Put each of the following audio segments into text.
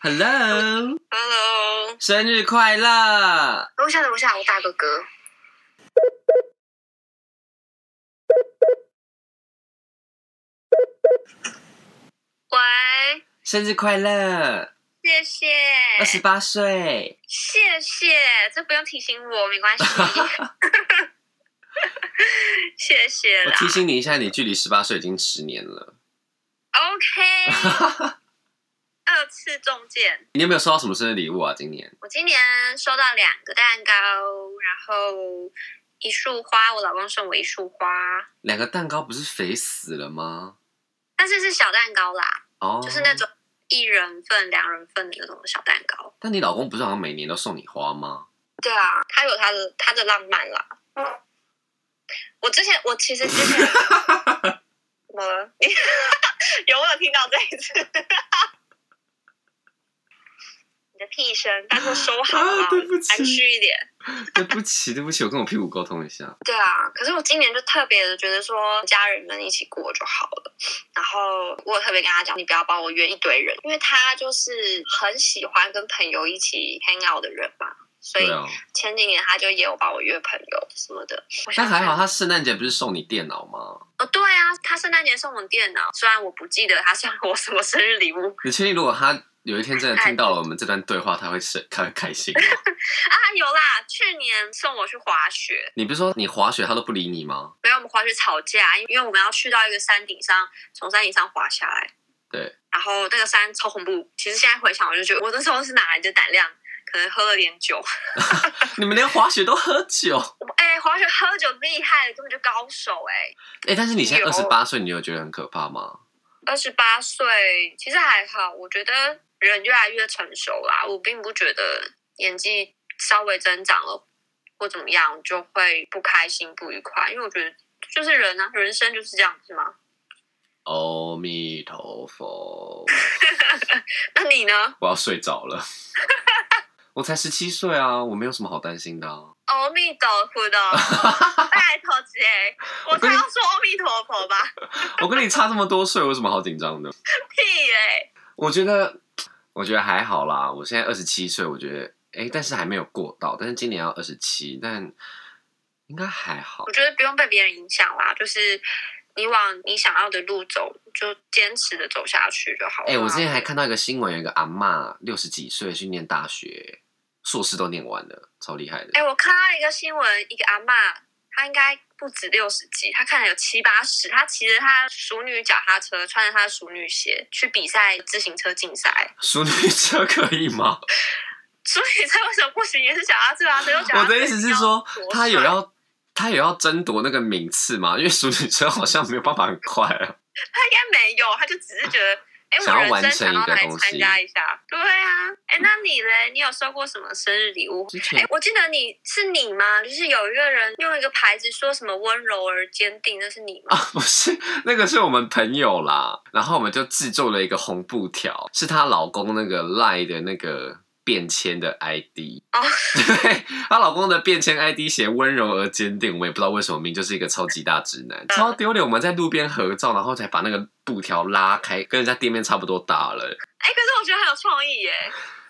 Hello， Hello，生日快乐！楼下楼下，我大哥哥。喂，生日快乐！谢谢，二十八岁，谢谢，这不用提醒我，没 关系，谢谢我啦。提醒你一下，你距离十八岁已经十年了。 OK，二次中箭。你有没有收到什么生日礼物啊？今年我今年收到两个蛋糕，然后一束花，我老公送我一束花，两个蛋糕不是肥死了吗？但是是小蛋糕啦。哦，就是那。种一人份、两人份的那种小蛋糕。但你老公不是好像每年都送你花 吗？对啊，他有他的他的浪漫啦。我之前我其实 之前怎么了？ 你有我有听到这一次？ 你的屁声，但是收好了，啊对不起含蓄一点。对不起，对不起，我跟我屁股沟通一下。对啊，可是我今年就特别的觉得说，家人们一起过就好了。然后我有特别跟他讲，你不要帮我约一堆人，因为他就是很喜欢跟朋友一起 hang out 的人嘛。所以对哦，前几年他就也有帮我约朋友什么的。我但想还好想，他圣诞节不是送你电脑吗？哦，对啊，他圣诞节送我电脑，虽然我不记得他送 我什么生日礼物你确定如果他有一天真的听到了我们这段对话，他会是他会开心吗？啊，有啦，去年送我去滑雪，你不是说你滑雪他都不理你吗？没有我们滑雪吵架，因为我们要去到一个山顶上，从山顶上滑下来。对，然后那个山超恐怖。其实现在回想，我就觉得我那时候是哪来的胆量？可能喝了点酒。 你们连滑雪都喝酒。我哎、滑雪喝酒厉害的，根本就高手哎、哎、但是你现在有二十八岁，你有觉得很可怕吗？二十八岁其实还好，我觉得人越来越成熟啦。我并不觉得年纪稍微增长了或怎么样就会不开心、不愉快，因为我觉得就是人啊，人生就是这样子嘛。阿弥陀佛，那你呢？我要睡着了。我才十七岁啊，我没有什么好担心的、啊。阿弥陀 佛的，拜托姐，我才要说阿弥陀佛吧，我跟你差这么多岁，我有什么好紧张的？屁嘞、我觉得，我觉得还好啦。我现在二十七岁，我觉得，哎、但是还没有过到，但是今年要二十七，但应该还好我。觉得不用被别人影响啦，就是你往你想要的路走，就坚持的走下去就好了。哎、我之前还看到一个新闻，有一个阿嬷六十几岁去念大学，硕士都念完了，超厉害的。哎、我看到一个新闻，一个阿嬷，她应该不止六十几，她看了有七八十，她骑着她的熟女脚踏车，穿着她的熟女鞋去比赛自行车竞赛。淑女车可以吗？熟女车为什么不行？也是脚踏车啊，谁有脚踏我车？的意思是说你要多，他有帅啊要他有要争夺那个名次吗？因为熟女车好像没有办法很快啊。她应该没有，她就只是觉得。哎，我想要人完生成想要一个来东参西加一下，对啊。哎，那你嘞？你有收过什么生日礼物之哎、前我记得你是你吗？就是有一个人用一个牌子说什么温柔而坚定，那是你 吗？啊，不是那个是我们朋友啦，然后我们就制作了一个红布条，是她老公那个赖的那个便签的 ID。哦 对，她老公的便签 ID 写温柔而坚定，我也不知道为什么，明明就是一个超级大直男，超丢脸。我们在路边合照，然后才把那个布条拉开，跟人家店面差不多大了。哎、可是我觉得很有创意耶！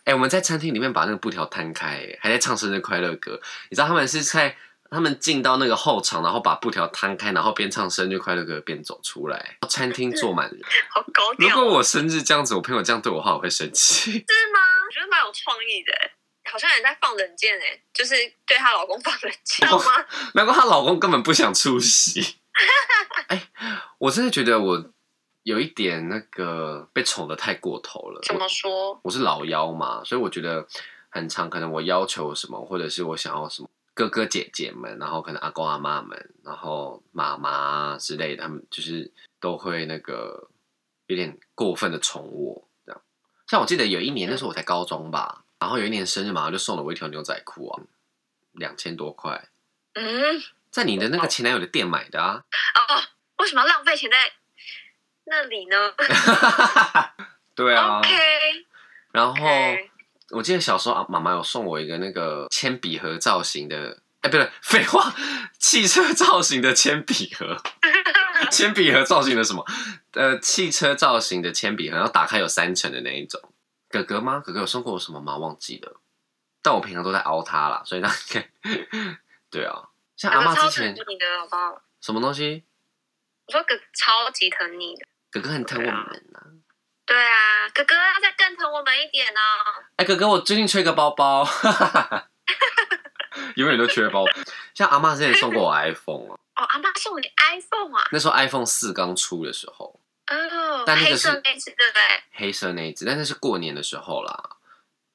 哎、我们在餐厅里面把那个布条摊开，哎还在唱生日快乐歌。你知道他们是在他们进到那个后场，然后把布条摊开，然后边唱生日快乐歌边走出来，餐厅坐满人。好搞如屌果我生日这样子，我朋友这样对我的话，我会生气。 是吗？我觉得蛮有创意的耶，好像也在放冷箭哎，就是对她老公放冷箭哦吗？难怪她老公根本不想出席。哎、我真的觉得我有一点那个被宠的太过头了。怎么说？我是老幺嘛，所以我觉得很常可能我要求什么，或者是我想要什么，哥哥姐姐们，然后可能阿公阿妈们，然后妈妈之类的，他们就是都会那个有点过分的宠我这样。像我记得有一年，那时候我才高中吧，然后有一年生日嘛，就送了我一条牛仔裤啊，两千多块，嗯，在你的那个前男友的店买的啊。哦，为什么要浪费钱在那里呢、对啊 o k 然后 OK，我记得小时候啊，妈妈有送我一个那个铅笔盒造型的，哎、不对，废话，汽车造型的铅笔盒，铅笔盒造型的什么？呃，汽车造型的铅笔盒，然后打开有三层的那一种。哥哥吗？哥哥有送过我什么吗？忘记了，但我平常都在熬他啦，所以他应该对啊。像阿哥哥妈超之疼前你的，好不好？什么东西，我说哥超级疼你的，哥哥很疼我们啊。对啊，哥哥要再更疼我们一点哦。哎、哥哥，我最近缺个包包， 永远都缺包包。像阿妈之前送过我 iPhone 啊，哦，阿妈送你 iPhone 啊，那时候 iPhone 四刚出的时候，哦，但那黑个是色那只对不对？黑色那一只，但那是过年的时候啦。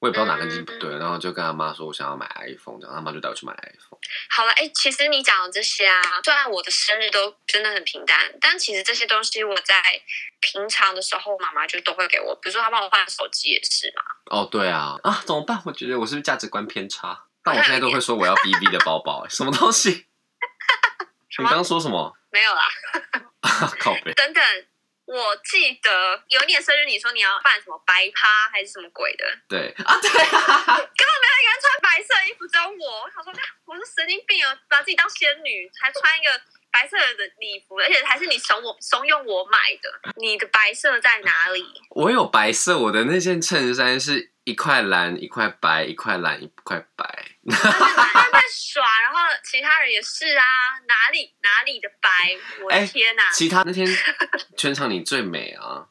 我也不知道哪根筋不对，然后就跟阿妈说，我想要买 iPhone，然后阿妈就带我去买 iPhone。好了，哎、其实你讲的这些啊，虽然我的生日都真的很平淡，但其实这些东西我在平常的时候，妈妈就都会给我，比如说她帮我换手机也是嘛。哦，对啊，啊，怎么办？我觉得我是不是价值观偏差？但我现在都会说我要 BB 的包包、什么东西？你刚刚说什么？没有啦，靠背。等等，我记得有一年生日，你说你要办什么白趴还是什么鬼的，那对啊，对啊，个人穿白色衣服只有我，我想说啊我是神经病啊，把自己当仙女，还穿一个。白色的礼服，而且还是你怂我怂恿我买的。你的白色在哪里？我有白色，我的那件衬衫是一块蓝、一块白、一块蓝、一块白。 他在耍，然后其他人也是啊，哪里哪里的白，我哎的天啊哪、其他那天全场你最美啊，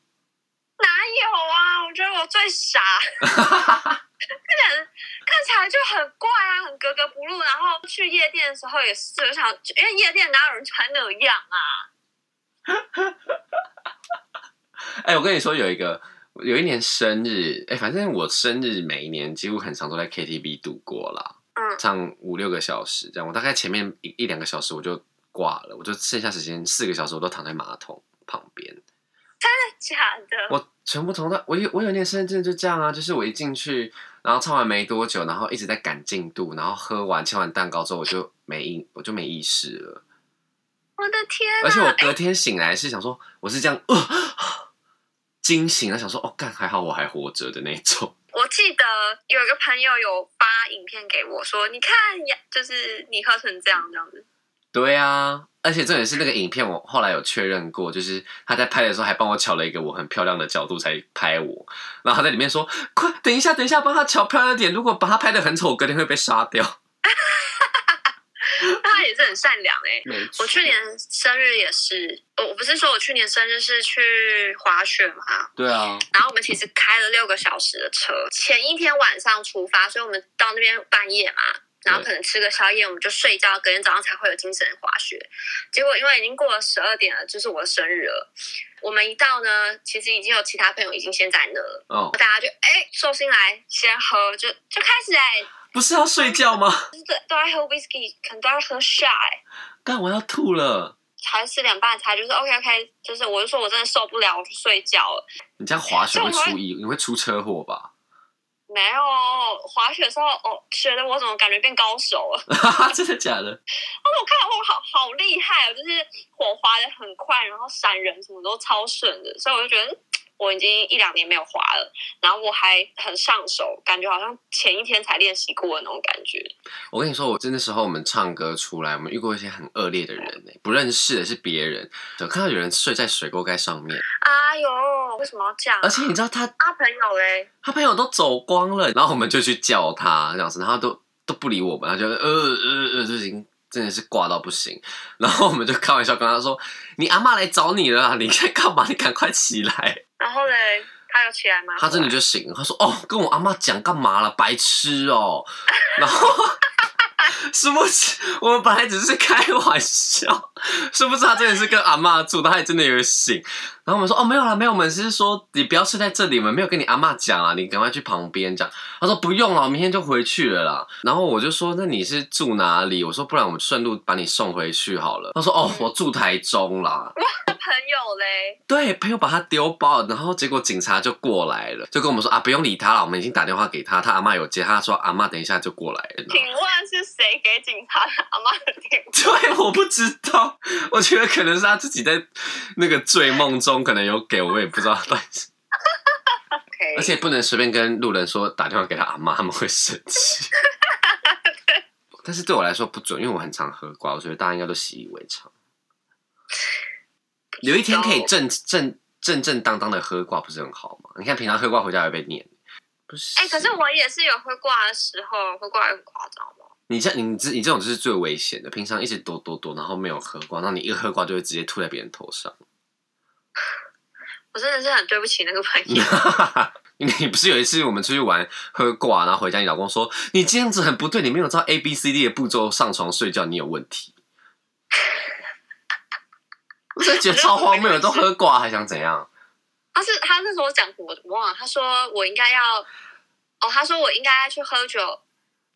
哪有啊？我觉得我 最傻，这人看起来就很怪啊，很格格不入。然后去夜店的时候也是，我想，因为夜店哪有人穿那样啊？ 哎、我跟你说，有一个有一年生日，哎、反正我生日每一年几乎很常都在 KTV 度过啦，嗯唱五六个小时这样。我大概前面一一两个小时我就挂了，我就剩下时间四个小时我都躺在马桶旁边。假的，我全部从头到我有我有一年生日真的就这样啊，就是我一进去，然后唱完没多久，然后一直在赶进度，然后喝完切完蛋糕之后我就没意我就没意识了，我的天啊而且哪、我隔天醒来是想说我是这样、呃、 惊醒了，想说哦干还好我还活着的那种。 我记得有一个朋友有发影片给我说，你看呀，就是你喝成这样这样子。对啊，而且重点是那个影片我后来有确认过，就是他在拍的时候还帮我瞧了一个我很漂亮的角度才拍我，然后他在里面说快等一下等一下帮他瞧漂亮一点，如果把他拍的很丑，我隔天会被杀掉。那他也是很善良哎、没我去年生日也是，我我不是说我去年生日是去滑雪嘛，对啊，然后我们其实开了六个小时的车，前一天晚上出发，所以我们到那边半夜嘛，然后可能吃个宵夜，我们就睡觉，隔天早上才会有精神滑雪。结果因为已经过了十二点了，就是我的生日了，我们一到呢，其实已经有其他朋友已经先在那了。哦，大家就哎、寿星来先喝，就就开始哎、不是要睡觉吗？就是都都在喝 whisky，可能都在喝 s h 哎、干，我要吐了！才四点半才就是 OK OK，就是我就说我真的受不了，我去睡觉了。你这样滑雪会这样我会出意，你会出车祸吧？ 没有滑雪的时候，哦，觉得我怎么感觉变高手了？真的假的？但是我看我好好厉害哦，就是火滑的很快，然后闪人什么都超顺的，所以我就觉得嗯我已经一两年没有滑了，然后我还很上手，感觉好像前一天才练习过的那种感觉。我跟你说，我真的时候我们唱歌出来，我们遇过一些很恶劣的人呢、不认识的是别人，有看到有人睡在水沟盖上面，哎呦，为什么要这样啊？而且你知道他他朋友嘞，他朋友都走光了，然后我们就去叫他这样子，然后他都都不理我们，他就呃呃呃，就已经真的是挂到不行。然后我们就开玩笑跟他说：“你阿妈来找你了啊，你在干嘛？你赶快起来！”然后嘞，他有起来吗？他真的就醒了，他说：“哦，跟我阿妈讲干嘛了，白痴哦。”然后， 殊不知我们本来只是开玩笑，殊不知他真的是跟阿妈住，他还真的有醒。然后我们说：“哦，没有啦，没有，我们是说你不要睡在这里，我们没有跟你阿妈讲啊，你赶快去旁边讲。”他说：“不用了，我明天就回去了啦。”然后我就说：“那你是住哪里？”我说：“不然我们顺路把你送回去好了。”他说：“哦，我住台中啦。”他朋友嘞，对，朋友把他丢包，然后结果警察就过来了，就跟我们说啊，不用理他了，我们已经打电话给他，他阿妈有接，他说阿妈等一下就过来了。请问是谁给警察阿妈的电话？对，我不知道，我觉得可能是他自己在那个醉梦中可能有给我，也不知道。但是而且不能随便跟路人说打电话给他阿妈，他们会生 气。但是对我来说不准，因为我很常喝瓜，我觉得大家应该都习以为常。有一天可以正正正正当当的喝挂，不是很好吗？你看平常喝挂回家也被念。不是，哎、可是我也是有会挂的时候，会挂得很夸张哦吗？你像你这你这种就是最危险的，平常一直躲躲躲，然后没有喝光，那你一喝光就会直接吐在别人头上。我真的是很对不起那个朋 友。你你不是有一次我们出去玩喝挂，然后回家，你老公说你这样子很不对，你没有照 A B C D 的步骤上床睡觉，你有问题。 我真的觉得超荒谬的，都喝挂还想怎样？他是他那时候讲我我忘了，他说我应该要，哦，他说我应该去喝酒，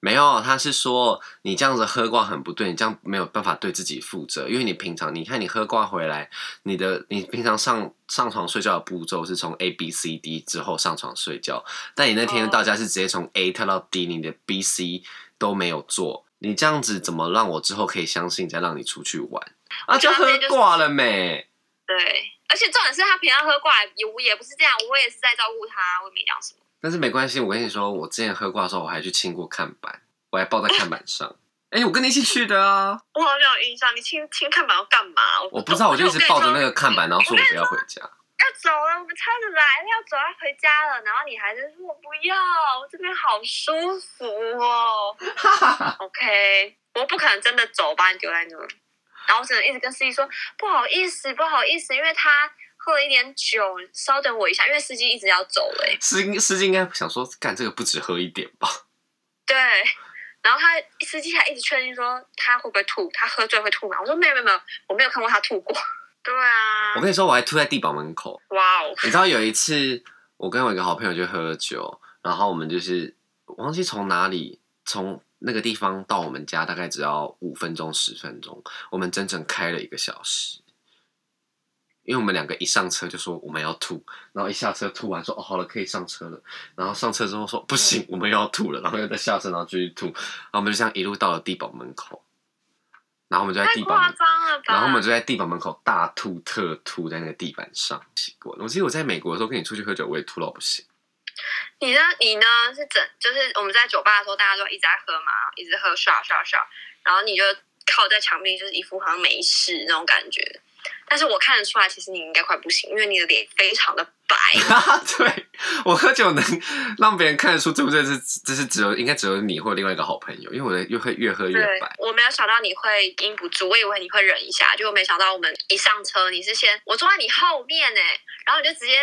没有，他是说你这样子喝挂很不对，你这样没有办法对自己负责，因为你平常你看你喝挂回来，你的你平常上上床睡觉的步骤是从 A B C D 之后上床睡觉，但你那天哦到家是直接从 A 跳到 D，你的 B C 都没有做，你这样子怎么让我之后可以相信再让你出去玩？啊，就喝挂了没？对，而且重点是他平常喝过来也也不是这样，我也是在照顾他，我也没讲什么。但是没关系，我跟你说，我之前喝挂的时候，我还去亲过看板，我还抱在看板上。哎、我跟你一起去的啊！我好像有印象，你亲亲看板要干嘛？我我我不知道，我就一直抱着那个看板，然后说我不要回家。要走了，我们车子来了，要走要回家了，然后你还是说我不要，我这边好舒服哦。OK，我不可能真的走把你丢在那，然后我只能一直跟司机说不好意思，不好意思，因为他喝了一点酒，稍等我一下，因为司机一直要走了、欸 司机司机应该想说，干这个不止喝一点吧？对，然后他司机还一直确定说他会不会吐，他喝醉会吐吗？我说没有没有没有，我没有看过他吐过。 对啊我，跟你说，我还吐在地板门口。哇哦，你知道有一次，我跟我一个好朋友去喝酒，然后我们就是我忘记从哪里，从那个地方到我们家大概只要五分钟十分钟，我们整整开了一个小时。因为我们两个一上车就说我们要吐，然后一下车吐完说哦好了可以上车了，然后上车之后说不行我们又要吐了，然后又再下车然后继续吐，然后我们就这样一路到了地堡门口，然后我们就在太地堡门夸张了吧？然后我们就在地板门口大吐特吐在那个地板上。洗过我记得我在美国的时候跟你出去喝酒，我也吐到不行。 你呢？你呢？是整就是我们在酒吧的时候，大家都一直在喝嘛，一直喝刷刷刷，然后你就靠在墙壁，就是一副好像没事那种感觉。但是我看得出来，其实你应该快不行，因为你的脸非常的白。对我喝酒能让别人看得出对不对？这这是只有应该只有你或另外一个好朋友，因为我的越喝越喝越对白，。我没有想到你会阴不住，我以为你会忍一下，结果没想到我们一上车，你是先我坐在你后面呢、欸然后你就直接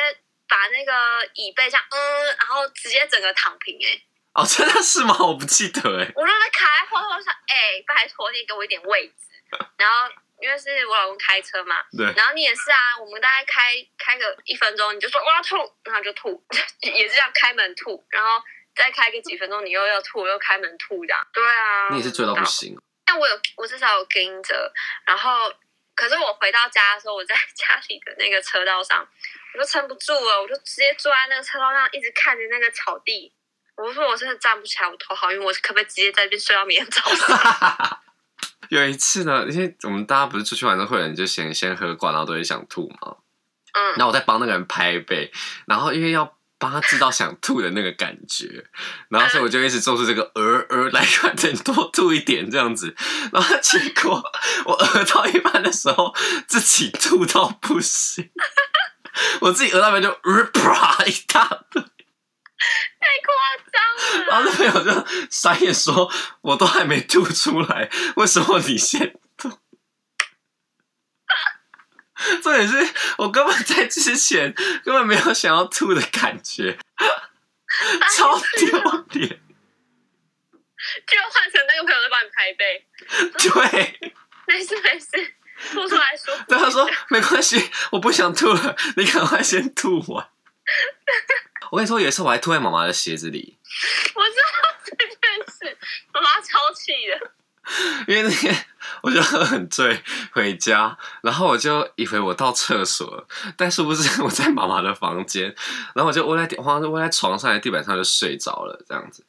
把那个椅背这样，嗯，然后直接整个躺平哎、哦，真的是吗？我不记得哎。我就在卡在后头想，哎、拜托你给我一点位置。然后因为是我老公开车嘛，对，然后你也是啊，我们大概开开个一分钟，你就说我要吐，然后就吐， 也是这样开门吐，然后再开个几分钟，你又要吐，又开门吐这样。对啊，你也是醉到然不后行。但我有，我至少有跟着。然后，可是我回到家的时候，我在 家里的那个车道上，我就撑不住了，我就直接坐在那个车道上，一直看着那个草地。我就说我真的站不起来，我头好晕，我可不可以直接在这边睡到明天早上？ 有一次呢，因为我们大家不是出去玩都会有人就先先喝挂，然后都会想吐嘛。嗯，然后我在帮那个人拍背，然后因为要帮他制造想吐的那个感觉，然后所以我就一直做出这个呃呃来快点多吐一点这样子，然后结果我呃到一半的时候自己吐到不行，我自己呃到一半就呃啪一大堆，太夸张了。然后那朋友就傻眼说，我都还没吐出来，为什么你先吐？ 重点是我根本在之前根本没有想要吐的感觉， 超丢脸。 就换成那个朋友在帮你拍背，对，没事没事，吐出来舒服。对他说没关系，我不想吐了，你赶快先吐完。 我跟你说，有一次我还吐在妈妈的鞋子里，我知道这件事，妈妈超气的。 因为那天我就喝很醉回家，然后我就以为我到厕所了，但是不是我在妈妈的房间，然后我就窝在地，我就窝在床上、地板上就睡着了这样子。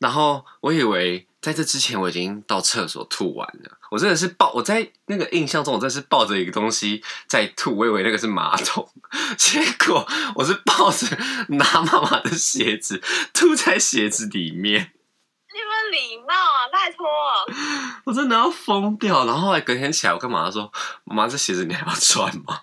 然后我以为在这之前我已经到厕所吐完了，我真的是抱我在那个印象中，我真的是抱着一个东西在吐，我以为那个是马桶，结果我是抱着拿妈妈的鞋子吐在鞋子里面。你们礼貌啊，拜托。我真的要疯掉。然后后来隔天起来，我跟妈妈说：“妈妈，这鞋子你还要穿吗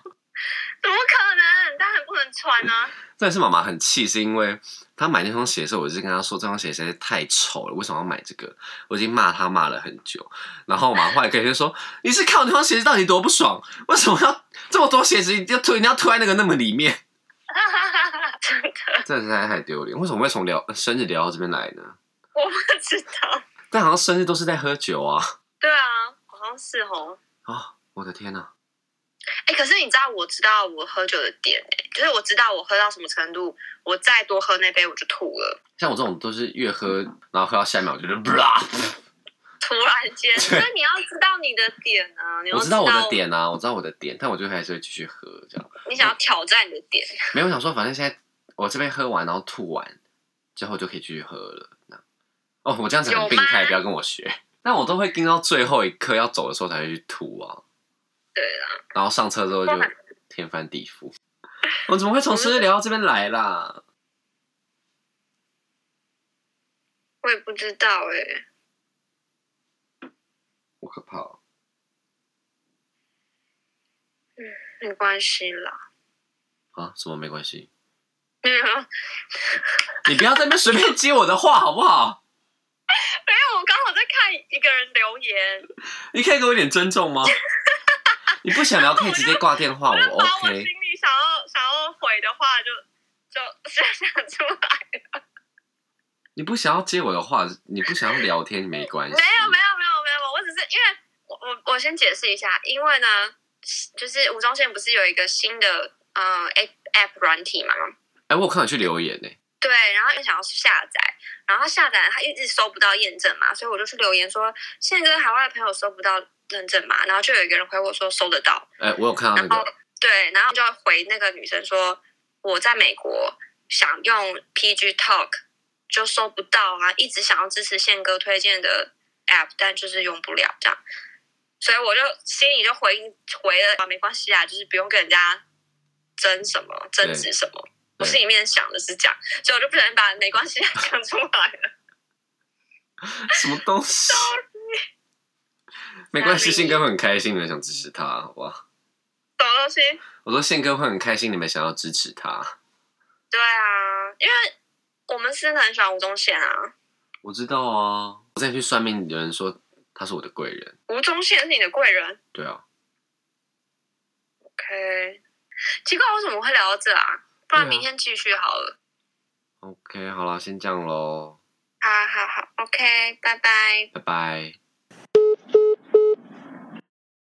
怎么可能？当然不能穿啊！？”真的是妈妈很气，是因为他买那双鞋的时候，我就跟他说这双鞋实在太丑了，为什么要买这个？我已经骂他骂了很久，然后嘛，后来可以就说你是看我那双鞋子到底多不爽，为什么要这么多鞋子，要推你要推在那个那么里面， 真的，真的是太太丢脸。为什么会从聊生日聊到这边来呢？我不知道。但好像生日都是在喝酒啊对啊，好像是哦。啊、我的天呐、哎，可是你知道，我知道我喝酒的点、欸，就是我知道我喝到什么程度，我再多喝那杯我就吐了，像我这种都是越喝，然后喝到下一秒我就 啦，突 然间。对所以你要知道你的点啊，你要我知道我的，点啊，我知道我的点，但我就还是会继续喝这样。你想要挑战你的点。没有我想说，反正现在我这边喝完，然后吐完之后就可以继续喝了。那哦，我这样子很病有态，吗不要跟我学。但我都会盯到最后一刻要走的时候才会去吐啊，对啦，然后上车之后就哇天翻地覆。我怎么会从生日聊到这边来啦？我也不知道哎、好可怕、哦！没关系啦。啊，什么没关系，没有，没有，你不要在那边随便接我的话好不好？我刚好在看一个人留言，你可以给我一点尊重吗？你不想聊可以直接挂电话， 我我就把我哦 OK。心里想要想要回的话就就想出来。你不想要接我的话，你不想要聊天没关系。没有没有没有没有，我只是因为我我我先解释一下，因为呢，就是吴宗宪不是有一个新的呃 app app 软体嘛，哎、我有看你去留言呢、对，然后又想要下载，然后他下载了他一直收不到验证码，所以我就去留言说，现在海外的朋友收不到认证码，然后就有一个人回我说收得到，哎、我有看到那然后个，对，然后就回那个女生说我在美国想用 PG Talk 就收不到啊，一直想要支持宪哥推荐的 app，但就是用不了这样，所以我就心里就回应回了啊，没关系啊，就是不用跟人家争什么争执什么，我对心里面想的是这样，所以我就不小心把没关系啊讲出来了。 什么东西？ 没关系，宪哥会很开心，你们想支持他，好不好？什么东西？我说宪哥会很开心，你们想要支持他。对啊，因为我们是很喜欢吴宗宪啊，我知道啊，我之前去算命，有人说他是我的贵人，吴宗宪是你的贵人。对啊， OK，奇怪，为什么会聊到这啊？不然对啊明天继续好了。 OK，好啦，先这样喽，好好好，OK，拜拜。拜拜。